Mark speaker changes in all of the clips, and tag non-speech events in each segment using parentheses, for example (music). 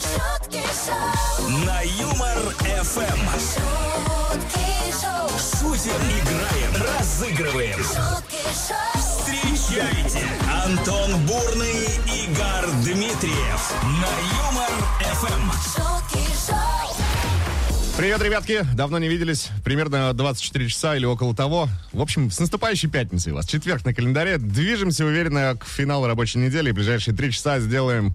Speaker 1: Шутки шоу,
Speaker 2: На Юмор ФМ
Speaker 1: шутки шоу,
Speaker 2: шутим, играем, разыгрываем.
Speaker 1: шутки шоу,
Speaker 2: Встречайте Антон Бурный, Игорь Дмитриев на Юмор Эм. ФМ.
Speaker 1: шутки шоу,
Speaker 3: Привет, ребятки! Давно не виделись. Примерно 24 часа или около того. В общем, с наступающей пятницей вас. Четверг на календаре. Движемся уверенно к финалу рабочей недели. И ближайшие три часа сделаем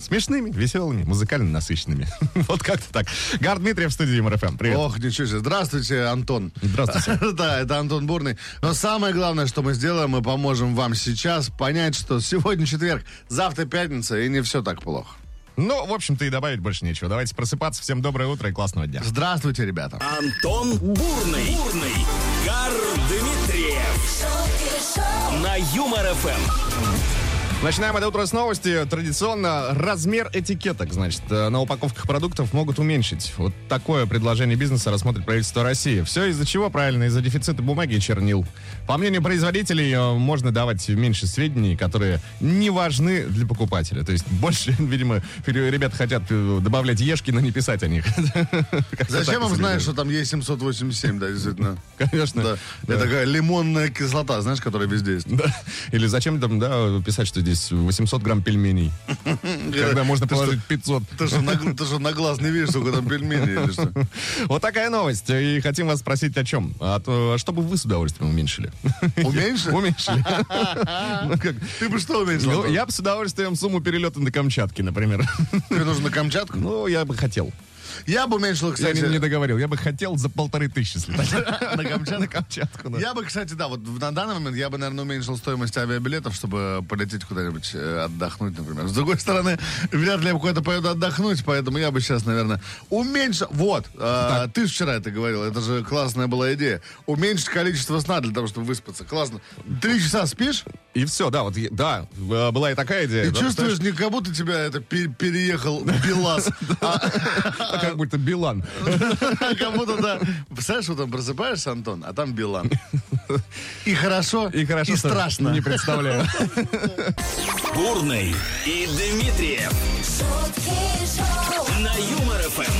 Speaker 3: смешными, веселыми, музыкально насыщенными. (laughs) Вот как-то так. Гар Дмитриев в студии МРФМ. Привет.
Speaker 4: Ох, ничего себе. Здравствуйте, Антон.
Speaker 3: Здравствуйте.
Speaker 4: (laughs) Да, это Антон Бурный. Но самое главное, что мы сделаем, мы поможем вам сейчас понять, что сегодня четверг, завтра пятница, и не все так плохо.
Speaker 3: Ну, в общем-то, и добавить больше нечего. Давайте просыпаться. Всем доброе утро и классного дня.
Speaker 4: Здравствуйте, ребята.
Speaker 2: Антон Бурный, Бурный, Игорь Дмитриев
Speaker 1: шутки шоу,
Speaker 2: на Юмор Эм. ФМ.
Speaker 3: Начинаем это утро с новости. Традиционно размер этикеток, значит, э, на упаковках продуктов могут уменьшить. Вот такое предложение бизнеса рассмотрит правительство России. Все из-за чего, правильно? Из-за дефицита бумаги и чернил. По мнению производителей, э, можно давать меньше сведений, которые не важны для покупателя. То есть больше, (laughs) видимо, ребята хотят э, добавлять ешки, но не писать о них. (laughs) Как-то
Speaker 4: Зачем
Speaker 3: так
Speaker 4: вам знаешь,
Speaker 3: выглядит.
Speaker 4: что там есть 787, да, действительно.
Speaker 3: (laughs) Конечно.
Speaker 4: Да.
Speaker 3: Да.
Speaker 4: Это такая лимонная кислота, знаешь, которая везде есть.
Speaker 3: Да. Или зачем там, да, писать, что здесь 800 грамм пельменей, когда можно
Speaker 4: Ты что,
Speaker 3: положить 500.
Speaker 4: Ты что, на, гл- ты что, на глаз не видишь, сколько там пельменей
Speaker 3: (laughs)
Speaker 4: или что?
Speaker 3: Вот такая новость. И хотим вас спросить о чем? А то, чтобы вы с удовольствием уменьшили. (laughs)
Speaker 4: Уменьшили? (laughs)
Speaker 3: Уменьшили. Ну, как-
Speaker 4: Ты бы что уменьшил?
Speaker 3: Ну,
Speaker 4: Антон?
Speaker 3: я бы с удовольствием сумму перелета до Камчатки, например. (laughs)
Speaker 4: Тебе нужно на Камчатку?
Speaker 3: Ну, я бы хотел.
Speaker 4: Я бы уменьшил,
Speaker 3: Я
Speaker 4: кстати...
Speaker 3: не не договорил. Я бы хотел за полторы тысячи слетать.
Speaker 4: (laughs) На Камчатку?
Speaker 3: На Камчатку, да.
Speaker 4: Я бы, кстати, да, вот в- на данный момент я бы, наверное, уменьшил стоимость авиабилетов, чтобы полететь куда-нибудь э, отдохнуть, например. С другой стороны, вряд ли я бы куда-то поеду отдохнуть, поэтому я бы сейчас, наверное, уменьшил... Вот, э, ты же вчера это говорил, это же классная была идея. Уменьшить количество сна для того, чтобы выспаться. Классно. Три часа спишь
Speaker 3: И все, да, вот, я- да, э, была и такая идея.
Speaker 4: и
Speaker 3: да,
Speaker 4: чувствуешь, не как будто тебя это пе- переехал
Speaker 3: (laughs)
Speaker 4: Белас,
Speaker 3: знаешь, Как будто Билан.
Speaker 4: а (laughs) как будто, да... Представляешь, вот там просыпаешься, Антон, а там
Speaker 3: (laughs)
Speaker 4: Белан. И хорошо,
Speaker 3: И хорошо, что
Speaker 4: страшно.
Speaker 3: не представляю.
Speaker 4: (laughs)
Speaker 2: Бурный и Дмитриев
Speaker 1: шутки шоу,
Speaker 2: на Юмор Эм. ФМ.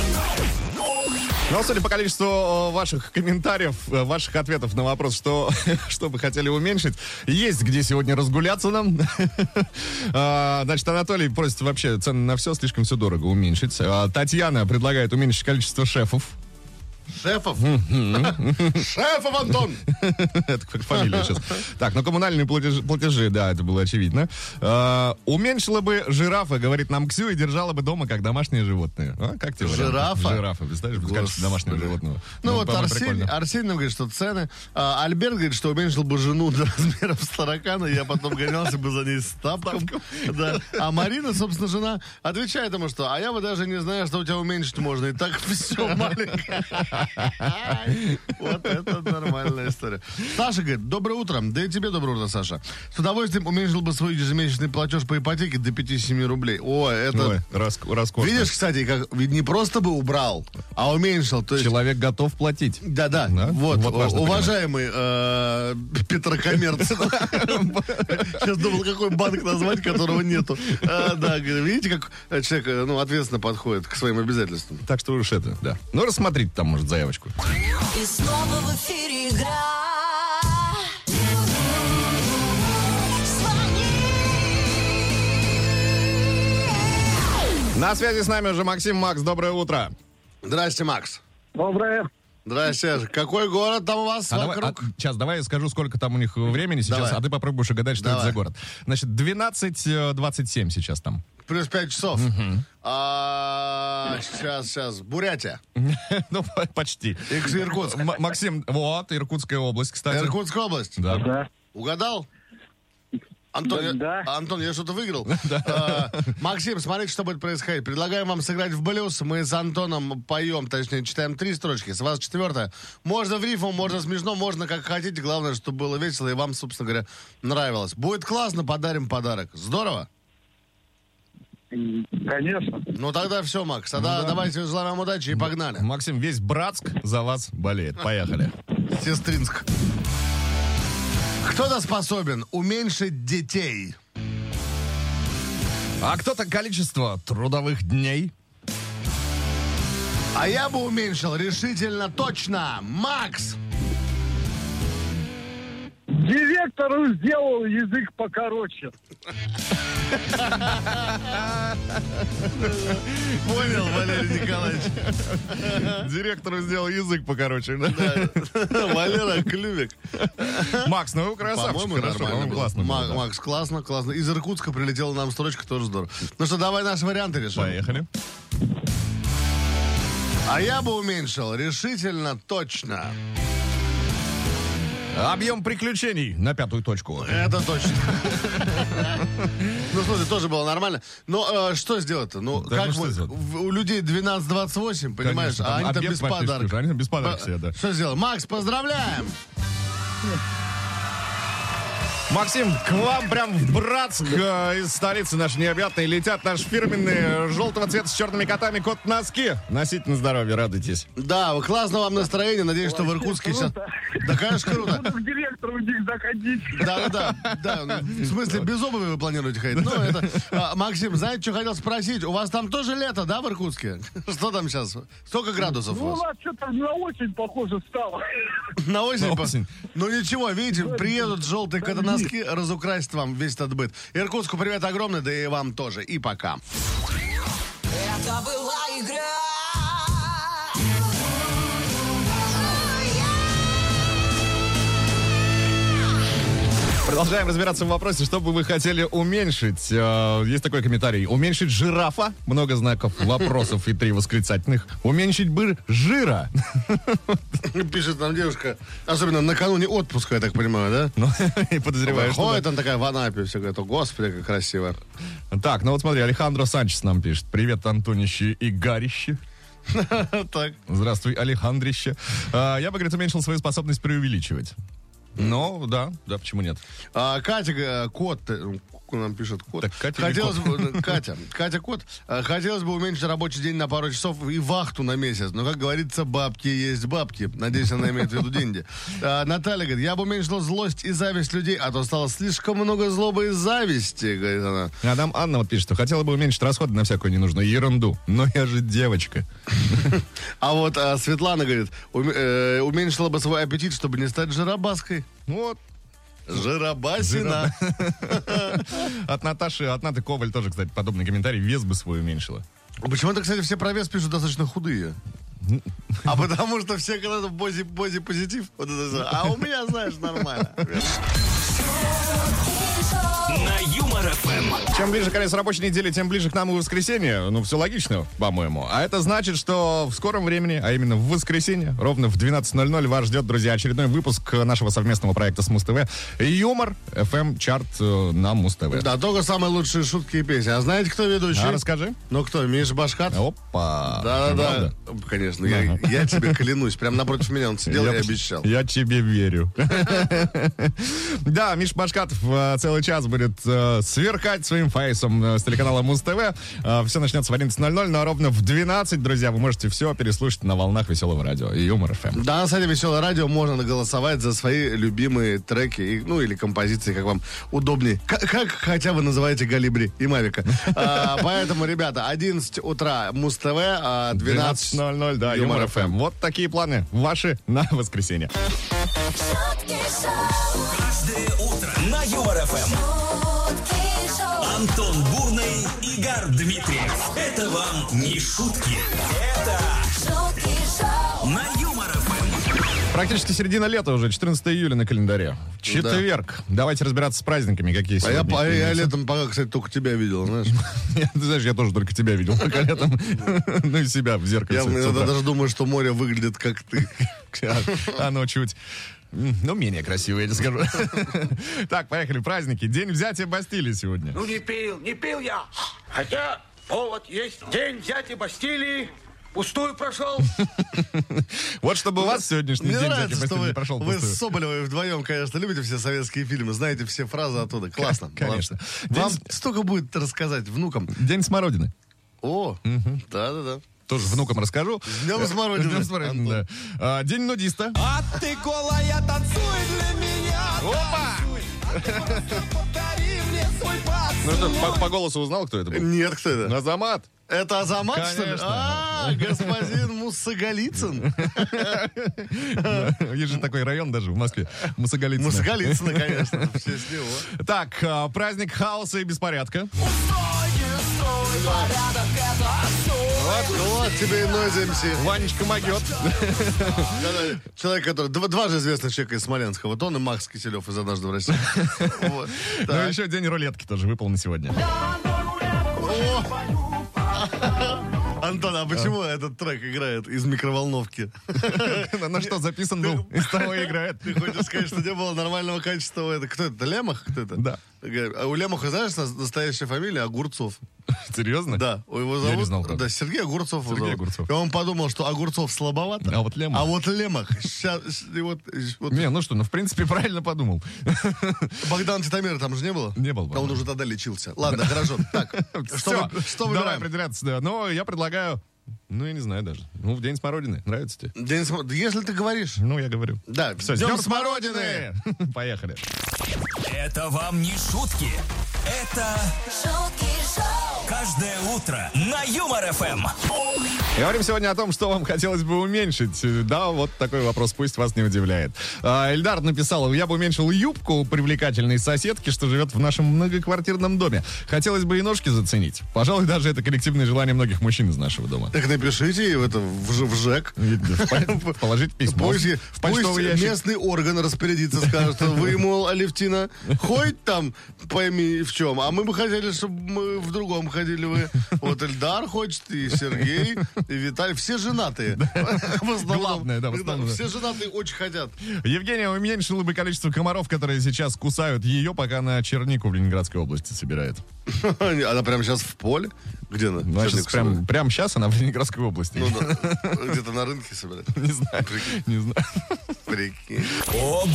Speaker 3: Но Ну, а судя по количеству э, ваших комментариев, э, ваших ответов на вопрос, что, (laughs) что бы хотели уменьшить, есть где сегодня разгуляться нам. (laughs) А, Значит, Анатолий просит вообще цены на все слишком все дорого уменьшить. А, Татьяна предлагает уменьшить количество шефов. (laughs)
Speaker 4: Шефов? (laughs) Шефов, Антон!
Speaker 3: Это как фамилия
Speaker 4: (laughs)
Speaker 3: сейчас. Так, ну коммунальные платежи, платежи, да, это было очевидно. А, Уменьшила бы жирафа, говорит нам Ксю, и держала бы дома как домашнее животное. А, Как тебе вариант?
Speaker 4: Жирафа?
Speaker 3: Жирафа, представляешь, как
Speaker 4: Господи.
Speaker 3: домашнего животного.
Speaker 4: Ну, вот
Speaker 3: по-моему,
Speaker 4: Арсений,
Speaker 3: прикольно.
Speaker 4: Арсений нам говорит, что цены. А, Альберт говорит, что уменьшил бы жену до размеров с таракана, я потом гонялся бы за ней с тапком. Да. А Марина, собственно, жена, отвечает ему, что а я бы даже не знаю, что у тебя уменьшить можно. И так все маленькое. (laughs) Вот это нормальная история. Саша говорит, доброе утро. Да и тебе доброе утро, Саша. С удовольствием уменьшил бы свой ежемесячный платеж по ипотеке до 5-7 рублей. О, это...
Speaker 3: Ой, раск- роскошно.
Speaker 4: Видишь, кстати, как ведь не просто бы убрал, а уменьшил. То есть,
Speaker 3: Человек готов платить.
Speaker 4: да, да,
Speaker 3: Да?
Speaker 4: вот,
Speaker 3: Вот важно
Speaker 4: у- уважаемый э,
Speaker 3: (laughs)
Speaker 4: Петрокоммерц. Сейчас думал, какой банк назвать, которого нету. А, Да, говорю, видите, как э, человек э, ну, ответственно подходит к своим обязательствам.
Speaker 3: Так что уж это, да. Ну, рассмотрите там, может, заявочку.
Speaker 1: и снова в эфире игра. Звони.
Speaker 3: На связи с нами уже Максим Макс. Доброе утро.
Speaker 4: Здрасте, Макс.
Speaker 5: Доброе.
Speaker 4: Здрасте. Какой город там у вас
Speaker 3: А давай-
Speaker 4: вокруг?
Speaker 3: а, сейчас, давай я скажу, сколько там у них времени сейчас,
Speaker 4: Давай.
Speaker 3: а ты попробуешь угадать, что это
Speaker 4: Давай.
Speaker 3: за город. Значит, 12.27 сейчас там. (laughs)
Speaker 4: Плюс 5 часов. А, Сейчас, сейчас. Бурятия.
Speaker 3: ну, по- почти.
Speaker 4: Икс- Иркутск.
Speaker 3: М- Максим, вот, Иркутская область, кстати.
Speaker 4: Иркутская область.
Speaker 3: Да.
Speaker 5: Да.
Speaker 4: Угадал? Антон, я,
Speaker 5: Да.
Speaker 4: Антон, я что-то
Speaker 5: (laughs)
Speaker 4: выиграл. А, Максим, смотрите, что будет происходить. Предлагаем вам сыграть в блюз. Мы с Антоном поем, точнее, читаем три строчки. С вас четвертая. Можно в рифму, можно смешно, можно как хотите. Главное, чтобы было весело и вам, собственно говоря, нравилось. Будет классно, подарим подарок. Здорово?
Speaker 5: М, Конечно. Ну
Speaker 4: Ну тогда все, Макс. Тогда давайте желаем вам удачи и погнали.
Speaker 3: Максим, весь Братск за вас болеет. Поехали.
Speaker 4: Сестринск. Кто-то способен уменьшить детей.
Speaker 3: А кто-то количество трудовых дней.
Speaker 4: А я бы уменьшил решительно, точно. Макс!
Speaker 5: Директору сделал язык покороче.
Speaker 4: Понял, Валерий Николаевич.
Speaker 3: Директору сделал язык покороче. да?
Speaker 4: Валера Клювик.
Speaker 3: Макс, ну вы красавчик.
Speaker 4: По-моему,
Speaker 3: Хорошо,
Speaker 4: нормально
Speaker 3: по-моему,
Speaker 4: было.
Speaker 3: классно. было,
Speaker 4: Ма-
Speaker 3: да.
Speaker 4: Макс, классно, классно. Из Иркутска прилетела нам строчка, тоже здорово. Ну что, давай наши варианты решим.
Speaker 3: Поехали.
Speaker 4: А я бы уменьшил решительно, точно.
Speaker 3: Объем приключений на пятую точку.
Speaker 4: Это точно. Ну, слушай, тоже было нормально. Но э, что сделать-то? Ну,
Speaker 3: Да
Speaker 4: как
Speaker 3: ну, что
Speaker 4: вы-
Speaker 3: сделать?
Speaker 4: в- у людей 12-28, понимаешь,
Speaker 3: Конечно, там
Speaker 4: а они там
Speaker 3: обед
Speaker 4: без
Speaker 3: попишешь,
Speaker 4: подарка.
Speaker 3: Они там без подарка
Speaker 4: По-
Speaker 3: все, да.
Speaker 4: Что сделать? Макс, поздравляем!
Speaker 3: Максим, к вам прям в Братск э, из столицы нашей необъятной летят наши фирменные желтого цвета с черными котами кот-носки. Носите на здоровье, радуйтесь.
Speaker 4: Да, вы- классного вам настроения. Надеюсь, что в Иркутске сейчас...
Speaker 5: круто.
Speaker 4: Да, конечно, круто.
Speaker 5: Буду к директору них заходить.
Speaker 4: Да, да, да. да. В смысле, без обуви вы планируете ходить? Ну, это... а, Максим, знаете, что хотел спросить? У вас там тоже лето, да, в Иркутске? (laughs) Что там сейчас? Сколько градусов у
Speaker 5: Ну, у
Speaker 4: вас?
Speaker 5: нас что-то на очень похоже стало.
Speaker 4: На осень?
Speaker 3: На
Speaker 4: по-
Speaker 3: осень.
Speaker 4: Ну ничего, видите, приедут желтые катаноски, разукрасят вам весь этот быт. Иркутску привет огромный, да и вам тоже. И пока.
Speaker 1: Это была игра. Ой,
Speaker 3: Продолжаем разбираться в вопросе, что бы вы хотели уменьшить. Э, Есть такой комментарий. Уменьшить жирафа. Много знаков вопросов и три восклицательных. Уменьшить бы жира.
Speaker 4: (laughs)
Speaker 3: (laughs)
Speaker 4: Пишет нам девушка, особенно накануне отпуска, я так понимаю, да?
Speaker 3: Ну, и подозреваю, что... да.
Speaker 4: Ходит там такая в Анапе, все говорят, «О, господи, как красиво.
Speaker 3: Так, ну вот смотри, Алехандро Санчес нам пишет. Привет, Антонище и Гарище.
Speaker 4: (laughs) Так.
Speaker 3: Здравствуй, Алехандрище. А, Я бы, говорит, уменьшил свою способность преувеличивать. Ну, да, да, почему нет?
Speaker 4: А, Катя, э, кот, э, к- нам пишет кот.
Speaker 3: Так Катя или
Speaker 4: хотелось
Speaker 3: кот?
Speaker 4: бы, э, Катя, Катя Кот, э, хотелось бы уменьшить рабочий день на пару часов и вахту на месяц. Но, как говорится, бабки есть бабки. Надеюсь, она имеет в виду деньги. А, Наталья говорит, я бы уменьшила злость и зависть людей, а то стало слишком много злобы и зависти, говорит она.
Speaker 3: А нам Анна вот пишет, что хотела бы уменьшить расходы на всякую ненужную ерунду. Но я же девочка.
Speaker 4: А вот э, Светлана говорит, «Уме- э, уменьшила бы свой аппетит, чтобы не стать жиробаской.
Speaker 3: Вот.
Speaker 4: Жиробасина.
Speaker 3: От Наташи, от Наты Коваль тоже, кстати, подобный комментарий. Вес бы свой уменьшила.
Speaker 4: Почему-то, кстати, все про вес пишут достаточно худые. А потому что все когда-то бози, бози позитив. Вот это всё. А у меня, знаешь, нормально.
Speaker 2: На Юмор Эм. ФМ.
Speaker 3: Чем ближе конец рабочей недели, тем ближе к нам и воскресенье. Ну, все логично, по-моему. А это значит, что в скором времени, а именно в воскресенье, ровно в 12.00 вас ждет, друзья, очередной выпуск нашего совместного проекта с Муз-ТВ. Юмор, FM-чарт э, на Муз-ТВ.
Speaker 4: Да, только самые лучшие шутки и песни. А знаете, кто
Speaker 3: А,
Speaker 4: ведущий?
Speaker 3: расскажи.
Speaker 4: Ну кто, Миш Башкат?
Speaker 3: Опа.
Speaker 4: Да-да-да.
Speaker 3: Правда?
Speaker 4: Конечно, я, я тебе клянусь. Прям напротив меня он сидел и
Speaker 3: пос-
Speaker 4: обещал.
Speaker 3: Я тебе верю. (laughs) Да, Миш Башкатов э, целый час будет э, сверкать своим фейсом э, с телеканала Муз-ТВ. Все начнется в 11.00, но ровно в 12, друзья, вы можете все переслушать на волнах Веселого радио и Юмор ФМ.
Speaker 4: Да, на сайте Веселое Радио можно голосовать за свои любимые треки, и- ну или композиции, как вам удобнее. К- как хотя вы называете Галибри и Мавика. А, Поэтому, ребята, 11 утра Муз-ТВ, а 12...
Speaker 3: 12.00, да, Юмор
Speaker 4: Юмор
Speaker 3: ФМ. Вот такие планы ваши на (laughs) воскресенье.
Speaker 1: Шутки шоу,
Speaker 2: Каждое утро на Юмор ФМ.
Speaker 1: шутки шоу.
Speaker 2: Антон Бурный, Игорь Дмитриев. Это вам не шутки. Это
Speaker 1: Шутки шоу,
Speaker 2: на Юмор Эм. ФМ.
Speaker 3: Практически середина лета уже, 14 июля на календаре. Четверг. Давайте разбираться с праздниками, какие
Speaker 4: А я,
Speaker 3: сегодня.
Speaker 4: по- я
Speaker 3: появятся.
Speaker 4: летом пока, кстати, только тебя видел,
Speaker 3: (laughs)
Speaker 4: знаешь.
Speaker 3: Я, ты знаешь, я тоже только тебя видел пока летом. Ну и себя в зеркале.
Speaker 4: Я
Speaker 3: с- с
Speaker 4: иногда
Speaker 3: утра.
Speaker 4: даже думаю, что море выглядит
Speaker 3: (laughs)
Speaker 4: как ты.
Speaker 3: А- Оно чуть... м, Ну, менее красиво, я тебе скажу. (laughs) Так, поехали, праздники. День взятия Бастилии сегодня.
Speaker 6: Ну не пил, не пил я. Хотя повод есть. День взятия Бастилии пустую прошел.
Speaker 3: Вот чтобы у вас сегодняшний
Speaker 4: Мне
Speaker 3: день взятия
Speaker 4: нравится, что
Speaker 3: Бастилии
Speaker 4: вы,
Speaker 3: не прошел
Speaker 4: вы с
Speaker 3: пустую.
Speaker 4: Соболевой вдвоем, конечно, любите все советские фильмы, знаете все фразы оттуда. Классно.
Speaker 3: Конечно.
Speaker 4: молодцы. Вам
Speaker 3: День-
Speaker 4: столько будет рассказать внукам.
Speaker 3: День смородины.
Speaker 4: О, да-да-да.
Speaker 3: Тоже внукам расскажу. С
Speaker 4: днем смородины,
Speaker 3: С днем смородины, да. А, День нудиста.
Speaker 7: А ты голая танцуй для меня,
Speaker 3: Опа!
Speaker 7: танцуй. Подари мне свой поцелуй.
Speaker 3: Ну что, по, по голосу узнал, кто это (laughs) был?
Speaker 4: Нет, кто это?
Speaker 3: Назамат.
Speaker 4: Это Азамат, что ли?
Speaker 3: Конечно.
Speaker 4: А, господин Мусагалицын.
Speaker 3: (laughs) Есть же такой район даже в Москве. Мусагалицыно.
Speaker 4: Мусагалицын, конечно, в честь него.
Speaker 3: Так, а, праздник хаоса и беспорядка.
Speaker 4: Вот, вот тебе и Нойз MC.
Speaker 3: Ванечка могет.
Speaker 4: Когда Человек, который... Два, два же известных человека из Смоленска. Вот он и Макс Киселев из «Однажды в России». Вот.
Speaker 3: Ну
Speaker 4: Так.
Speaker 3: еще день рулетки тоже выпал на сегодня.
Speaker 4: Антон, а почему этот трек играет из микроволновки?
Speaker 3: (laughs) На на что записан
Speaker 4: (laughs)
Speaker 3: был? Из того и играет. (laughs)
Speaker 4: Ты хочешь сказать, что не было нормального качества? у этого- Кто это? Лемах? Кто это?
Speaker 3: Да.
Speaker 4: А у Лемаха, знаешь, нас- настоящая фамилия Огурцов.
Speaker 3: Серьезно?
Speaker 4: Да, у его
Speaker 3: Я
Speaker 4: зовут...
Speaker 3: не знал, правда.
Speaker 4: да, Сергей Огурцов. его
Speaker 3: Сергей
Speaker 4: зовут.
Speaker 3: Огурцов.
Speaker 4: И он подумал, что Огурцов слабоват.
Speaker 3: А вот Лемах.
Speaker 4: А вот Лемах. Ща- щ- и вот, и вот
Speaker 3: Не, ну что, ну в принципе (laughs) правильно подумал.
Speaker 4: Богдан Титамир там же не было?
Speaker 3: Не был,
Speaker 4: А он
Speaker 3: Богдан.
Speaker 4: уже тогда лечился. Ладно, хорошо.
Speaker 3: (laughs)
Speaker 4: Так, что,
Speaker 3: Всё,
Speaker 4: вы- что
Speaker 3: давай
Speaker 4: выбираем?
Speaker 3: определяться, да. Но я предлагаю, ну я не знаю даже. Ну, в день смородины. Нравится тебе?
Speaker 4: День смо- Если ты говоришь...
Speaker 3: Ну, я говорю.
Speaker 4: Да,
Speaker 3: Все, с
Speaker 4: Днём
Speaker 3: днем смородины! (laughs) Поехали.
Speaker 2: Это вам не шутки. Это
Speaker 1: Шутки шоу.
Speaker 2: каждое утро на Юмор Эм. ФМ.
Speaker 3: Говорим сегодня о том, что вам хотелось бы уменьшить. Да, вот такой вопрос, пусть вас не удивляет. А, Эльдар написал, я бы уменьил юбку привлекательной соседки, что живет в нашем многоквартирном доме. Хотелось бы и ножки заценить. Пожалуй, даже это коллективное желание многих мужчин из нашего
Speaker 4: (laughs)
Speaker 3: дома.
Speaker 4: Так напишите в это в Ж- в ЖЭК.
Speaker 3: Положить письмо
Speaker 4: Пусть,
Speaker 3: в
Speaker 4: пусть
Speaker 3: почтовый ящик.
Speaker 4: местный орган распорядится, скажет, что вы, мол, Алевтина, хоть там пойми в чем, а мы бы хотели, чтобы мы в другом ходили вы. Вот Эльдар хочет, и Сергей, и Виталий, все женатые. (laughs) В основном.
Speaker 3: Главное, да, в основном, да.
Speaker 4: Все женатые очень хотят. (laughs)
Speaker 3: Евгения уменьшила бы количество комаров, которые сейчас кусают ее, пока она чернику в Ленинградской области собирает.
Speaker 4: Она прямо сейчас в поле. Где она?
Speaker 3: Ну, а сейчас
Speaker 4: Черник
Speaker 3: прям, прям сейчас она в Ленинградской области.
Speaker 4: собирает? Ну да. Где-то на рынке собирать.
Speaker 3: (laughs) Не знаю, не знаю.
Speaker 4: Прикинь.
Speaker 2: Ого!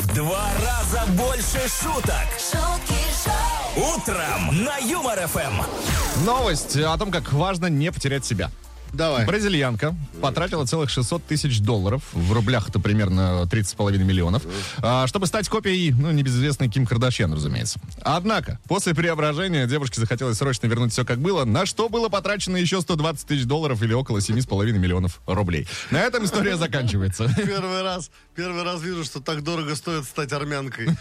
Speaker 2: В два раза больше шуток.
Speaker 1: Шутки шоу.
Speaker 2: Утром на Юмор Эм. ФМ.
Speaker 3: Новость о том, как важно не потерять себя.
Speaker 4: Давай.
Speaker 3: Бразильянка потратила целых 600 тысяч долларов, в рублях это примерно 30,5 миллионов, а, чтобы стать копией, ну, небезызвестной Ким Кардашьян, разумеется. Однако, после преображения девушке захотелось срочно вернуть все как было, на что было потрачено еще 120 тысяч долларов или около 7,5 миллионов рублей. На этом
Speaker 4: (laughs)
Speaker 3: история заканчивается.
Speaker 4: Первый раз, первый раз вижу, что так дорого стоит стать армянкой.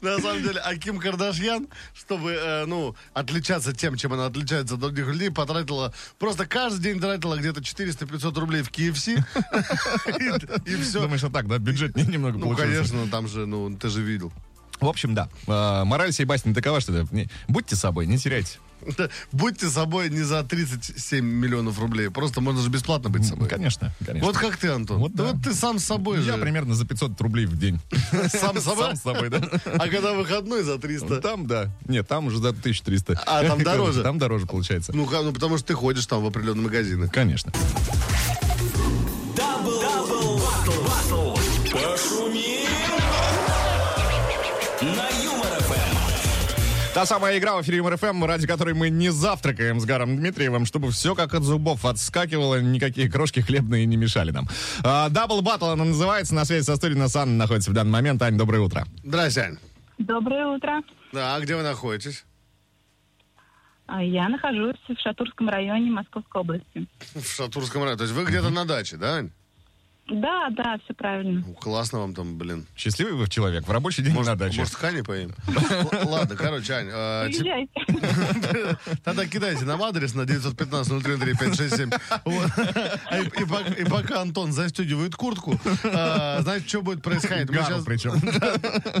Speaker 4: На самом деле, Аким Кардашьян, чтобы, э, ну, отличаться тем, чем она отличается от других людей, потратила, просто каждый день тратила где-то 400-500 рублей в KFC. И все.
Speaker 3: Думаешь, а так, да, бюджет не- немного
Speaker 4: Ну,
Speaker 3: получился.
Speaker 4: конечно, там же, ну, ты же видел.
Speaker 3: В общем, да. А, Мораль сей басни такова, что не- будьте собой, не теряйте.
Speaker 4: Да, Будьте собой не за 37 миллионов рублей. Просто можно же бесплатно быть собой.
Speaker 3: Ну, Конечно, конечно.
Speaker 4: Вот как ты, Антон.
Speaker 3: Вот да.
Speaker 4: ты сам с собой
Speaker 3: Ну, Я
Speaker 4: же.
Speaker 3: примерно за 500 рублей в
Speaker 4: (laughs)
Speaker 3: день.
Speaker 4: Сам с собой?
Speaker 3: Сам с собой, да.
Speaker 4: А когда выходной за 300?
Speaker 3: Там, да. Нет, там уже за 1300.
Speaker 4: А, там дороже?
Speaker 3: Там дороже получается.
Speaker 4: Ну, ка- ну, потому что ты ходишь там в определенные магазины.
Speaker 3: Конечно.
Speaker 2: Дабл, дабл, батл, батл. Пошумим. На Юмор ФМ.
Speaker 3: Та самая игра в эфире Юмор ФМ, ради которой мы не завтракаем с Гаром Дмитриевым, чтобы все как от зубов отскакивало, никакие крошки хлебные не мешали нам. Дабл Баттл она называется, на связи со студией нас Анна находится в данный момент. Ань, доброе утро.
Speaker 4: Здрасте, Ань.
Speaker 7: Доброе утро.
Speaker 4: Да, а где вы находитесь?
Speaker 7: А Я нахожусь в Шатурском районе Московской области.
Speaker 4: В Шатурском районе. То есть вы где-то на даче, да, Ань?
Speaker 7: Да, да, все правильно.
Speaker 4: Ну, классно вам там, блин.
Speaker 3: Счастливый вы человек, в рабочий день на даче.
Speaker 4: Может, хани (laughs) поим? Л- Ладно, короче, Ань, э, те-
Speaker 7: Приезжайте.
Speaker 4: (laughs) тогда кидайте нам адрес на 915-033-567. Вот. А И, и пока- и пока Антон застегивает куртку, э, знаете, что будет происходить? Мы
Speaker 3: Гару
Speaker 4: щас-
Speaker 3: причем.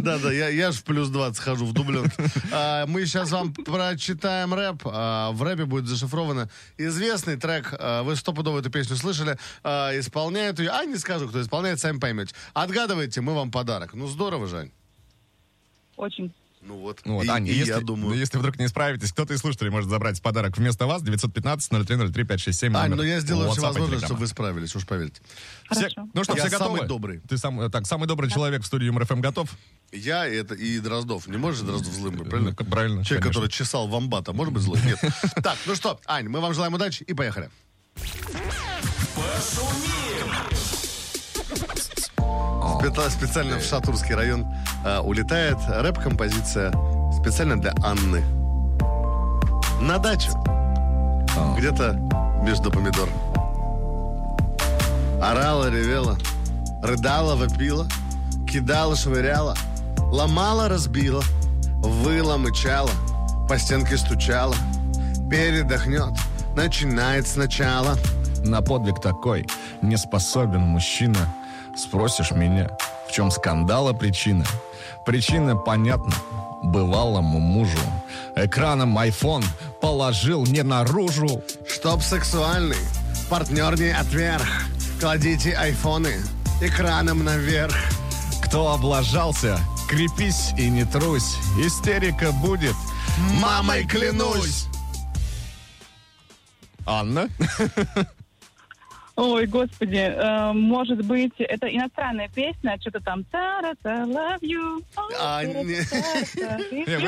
Speaker 4: (laughs) Да, да, я, я ж в плюс 20 хожу в дубленке. А, мы сейчас вам прочитаем рэп. А, в рэпе будет зашифровано известный трек. А, вы стопудово эту песню слышали. А, исполняет ее... А, не скажу, кто исполняет, сами поймете. Отгадывайте, мы вам подарок. Ну, здорово, Жень.
Speaker 7: Очень.
Speaker 4: Ну вот,
Speaker 3: Ну вот,
Speaker 4: и,
Speaker 3: Аня,
Speaker 4: и
Speaker 3: если,
Speaker 4: я думаю.
Speaker 3: ну, если вдруг не справитесь, кто-то из слушателей может забрать подарок вместо вас 915-0303-567.
Speaker 4: Ань,
Speaker 3: номер
Speaker 4: ну я сделаю все
Speaker 3: WhatsApp и
Speaker 4: возможное,
Speaker 3: Telegram.
Speaker 4: чтобы вы справились, уж поверьте.
Speaker 3: Все-
Speaker 7: Хорошо.
Speaker 3: ну что,
Speaker 4: Я
Speaker 3: все готовы?
Speaker 4: самый добрый.
Speaker 3: Ты сам, э, так, самый добрый человек в студии МРФМ готов?
Speaker 4: Я и это и Дроздов. Не может же Дроздов злым быть, правильно?
Speaker 3: Ну, как правильно,
Speaker 4: Человек,
Speaker 3: конечно.
Speaker 4: который чесал вамбата, может быть злой? Нет.
Speaker 3: (laughs)
Speaker 4: Так, ну что, Ань, мы вам желаем удачи и поехали.
Speaker 2: Пошумим.
Speaker 4: спе- специально в Шатурский район а, улетает рэп-композиция специально для Анны. На дачу. Где-то между помидор. Орала, ревела, рыдала, вопила, кидала, швыряла, ломала, разбила, выла, мычала, по стенке стучала, передохнет, начинает сначала.
Speaker 3: На подвиг такой не способен мужчина. Спросишь меня, в чем скандала причина? Причина понятна бывалому мужу. Экраном айфон положил не наружу.
Speaker 4: Чтоб сексуальный партнер не отверг, кладите айфоны экраном наверх.
Speaker 3: Кто облажался, крепись и не трусь. Истерика будет. Мамой клянусь! Анна?
Speaker 7: Ой, господи, э, может быть, это иностранная песня, что-то там «Тара, та, love you».
Speaker 4: А, не.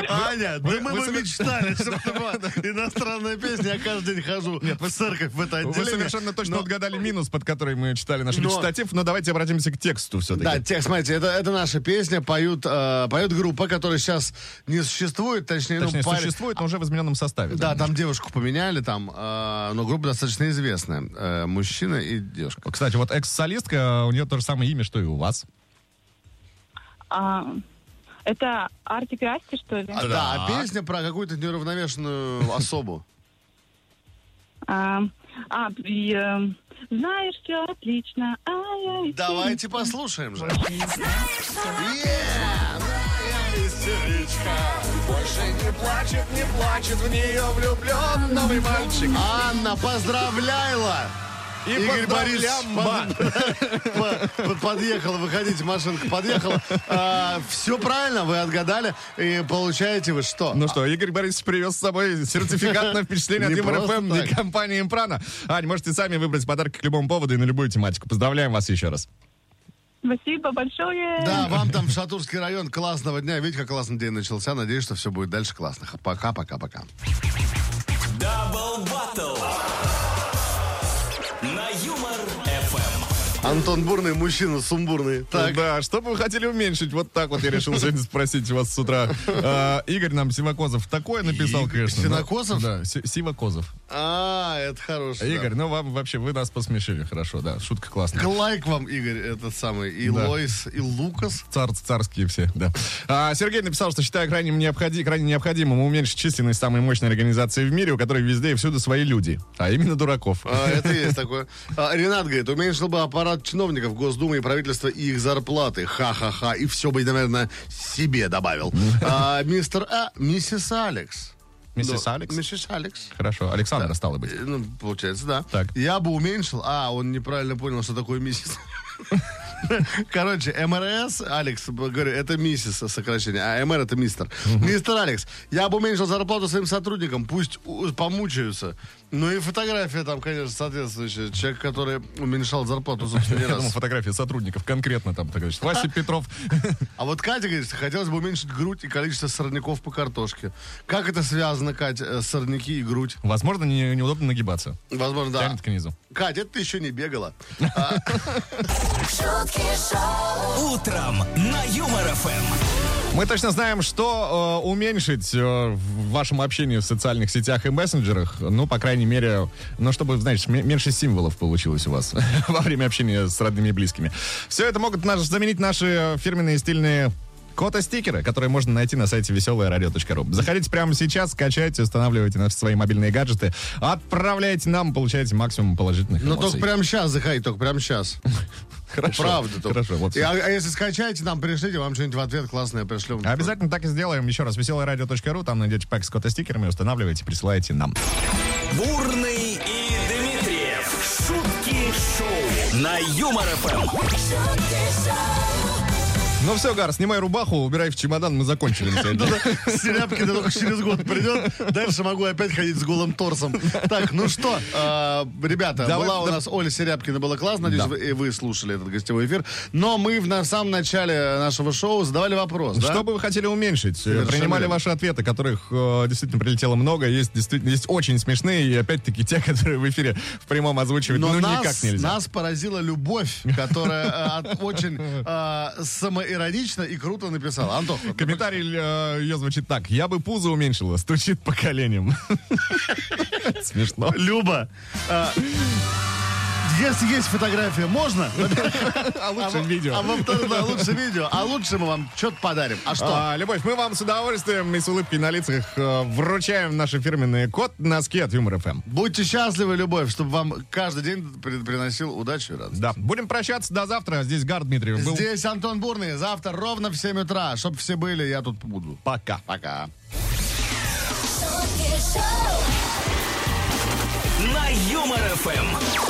Speaker 4: Аня, да мы бы мечтали, (laughs) чтобы была иностранная песня. Я каждый день хожу в церковь в
Speaker 3: (laughs)
Speaker 4: это
Speaker 3: Вы
Speaker 4: отделение.
Speaker 3: совершенно точно
Speaker 4: Но-
Speaker 3: отгадали минус, под который мы читали наш
Speaker 4: Но-
Speaker 3: речитатив, Ну, но давайте обратимся к тексту все-таки.
Speaker 4: Да, текст, смотрите, это, это наша песня, поют, э, поют группа, которая сейчас не существует, точнее,
Speaker 3: Точнее,
Speaker 4: ну, парень-
Speaker 3: существует, но уже в измененном составе.
Speaker 4: Да, там девушку поменяли, там, э, но группа достаточно известная. Э, мужчина и девушка.
Speaker 3: Кстати, вот экс-солистка, у нее то же самое имя, что и у вас.
Speaker 7: А, это Артик и Асти, что ли?
Speaker 4: А, да, а песня про какую-то неуравновешенную (laughs) особу.
Speaker 7: А, а, и, э, знаешь, все отлично. Ай, ай,
Speaker 4: Давайте послушаем же.
Speaker 2: Эм.
Speaker 3: Новый мальчик.
Speaker 4: Анна, поздравляйла!
Speaker 3: И
Speaker 4: Игорь Борисович
Speaker 3: поздравляма.
Speaker 4: (laughs) под- под- подъехал, выходите, машинка подъехала. все правильно, вы отгадали. И получаете вы что?
Speaker 3: Ну что, Игорь Борисович привез с собой сертификат на (laughs) впечатление от
Speaker 4: Не
Speaker 3: Юмор
Speaker 4: просто
Speaker 3: ФМ и
Speaker 4: так.
Speaker 3: компании «Импрана». Ань, можете сами выбрать подарки к любому поводу и на любую тематику. Поздравляем вас еще раз.
Speaker 7: Спасибо большое.
Speaker 4: Да, вам там в Шатурский район классного дня. Видите, как классный день начался. Надеюсь, что все будет дальше классно. Пока-пока-пока.
Speaker 2: Дабл Баттл. На Юмор Эм. ФМ.
Speaker 4: Антон Бурный, мужчина сумбурный. Так,
Speaker 3: Да, что бы вы хотели уменьшить? Вот так вот я решил сегодня спросить у вас с утра. Э, Игорь нам Сивакозов такое написал,
Speaker 4: Игорь
Speaker 3: конечно. но-
Speaker 4: Синокосов?
Speaker 3: Да, Си- Сивакозов.
Speaker 4: а, это хороший.
Speaker 3: Игорь, ну вам вообще, вы нас посмешили, хорошо, да, шутка классная.
Speaker 4: да. Лайк вам, Игорь, этот самый. И
Speaker 3: Да.
Speaker 4: Лойс, и Лукас.
Speaker 3: Цар, царские все, да. А, Сергей написал, что считаю крайне, необходи- крайне необходимым уменьшить численность самой мощной организации в мире, у которой везде и всюду свои люди, а именно дураков.
Speaker 4: А, Это есть такое. А, Ренат говорит, уменьшил бы аппарат чиновников Госдумы и правительства и их зарплаты. Ха-ха-ха. И все бы, наверное, себе добавил. А, Мистер А, миссис Алекс.
Speaker 3: Миссис
Speaker 4: Ну,
Speaker 3: Алекс?
Speaker 4: Миссис Алекс.
Speaker 3: Хорошо, Александра стало быть.
Speaker 4: Э, Ну, получается, да.
Speaker 3: Так.
Speaker 4: Я бы уменьшил. А, он неправильно понял, что такое миссис. (laughs) Короче, МРС, Алекс, говорю, это миссис сокращение, а МР это мистер. Мистер Алекс, я бы уменьшил зарплату своим сотрудникам, пусть у- помучаются. Ну и фотография там, конечно, соответствующая. Человек, который уменьшал зарплату, собственно,
Speaker 3: (laughs)
Speaker 4: не
Speaker 3: Я думал,
Speaker 4: раз.
Speaker 3: фотографии сотрудников конкретно там, так значит, Вася Петров. (laughs)
Speaker 4: А вот Катя говорит, что хотелось бы уменьшить грудь и количество сорняков по картошке. Как это связано, Катя, э, сорняки и грудь?
Speaker 3: Возможно, не- неудобно нагибаться.
Speaker 4: Возможно, да.
Speaker 3: Тянет к низу.
Speaker 4: Катя, это ты еще не бегала.
Speaker 1: Шутки шоу.
Speaker 2: Утром на Юмор Эм. ФМ.
Speaker 3: Мы точно знаем, что э, уменьшить э, в вашем общении в социальных сетях и мессенджерах. Ну, по крайней мере, ну, чтобы, знаешь, ме- меньше символов получилось у вас (laughs) во время общения с родными и близкими. Все это могут наш- заменить наши фирменные стильные Кота-стикеры, которые можно найти на сайте веселое.радио.ру. Заходите прямо сейчас, скачайте, устанавливайте наши свои мобильные гаджеты, отправляйте нам, получаете максимум положительных
Speaker 4: Ну,
Speaker 3: эмоций.
Speaker 4: только прямо сейчас заходи, только прямо сейчас.
Speaker 3: (laughs) Хорошо.
Speaker 4: Правда. только.
Speaker 3: Хорошо, вот
Speaker 4: И,
Speaker 3: всё.
Speaker 4: а, а если скачаете, нам пришлите, вам что-нибудь в ответ классное пришлем.
Speaker 3: Обязательно так и сделаем. Еще раз, веселорадио.ру, там найдете пак с кота-стикерами, устанавливаете, присылаете нам.
Speaker 2: Бурный и Дмитриев. Эм. Шутки шоу. На Юмор ФМ.
Speaker 1: Шутки шоу.
Speaker 3: Ну все, Гар, снимай рубаху, убирай в чемодан, мы закончили на сегодня.
Speaker 4: Серябкин только через год придет. Дальше могу опять ходить с голым торсом. Так, ну что, э, ребята,
Speaker 3: Давай,
Speaker 4: была у
Speaker 3: да-
Speaker 4: нас Оля Серябкина, было классно. Надеюсь,
Speaker 3: Да.
Speaker 4: вы, и вы слушали этот гостевой эфир. Но мы в на- самом начале нашего шоу задавали вопрос, да?
Speaker 3: Что бы вы хотели уменьшить? Э,
Speaker 4: Совершенно
Speaker 3: Принимали
Speaker 4: верно.
Speaker 3: ваши ответы, которых э, действительно прилетело много. Есть действительно есть очень смешные и опять-таки те, (laughs) которые в эфире в прямом озвучивают.
Speaker 4: Но
Speaker 3: ну никак
Speaker 4: нас,
Speaker 3: нельзя.
Speaker 4: нас поразила любовь, которая э, от- очень э, самоиронично и круто написала. Антоха,
Speaker 3: Комментарий э, ее звучит так. Я бы пузо уменьшила, стучит по коленям. (laughs) Смешно.
Speaker 4: (laughs) Люба, э, если есть фотография, можно?
Speaker 3: А лучше
Speaker 4: А во-
Speaker 3: видео.
Speaker 4: А во-вторых, да, лучше видео. А лучше мы вам что-то подарим. А что?
Speaker 3: А, Любовь, мы вам с удовольствием и с улыбкой на лицах э, вручаем наши фирменные код носки от Юмор Эм. ФМ.
Speaker 4: Будьте счастливы, Любовь, чтобы вам каждый день при- приносил удачу и радость.
Speaker 3: Да. Будем прощаться до завтра. Здесь Гар Дмитриев был.
Speaker 4: Здесь Антон Бурный. Завтра ровно в 7 утра. Чтоб все были, я тут буду.
Speaker 3: Пока.
Speaker 4: Пока.
Speaker 1: шутки шоу.
Speaker 2: На Юмор Эм. ФМ.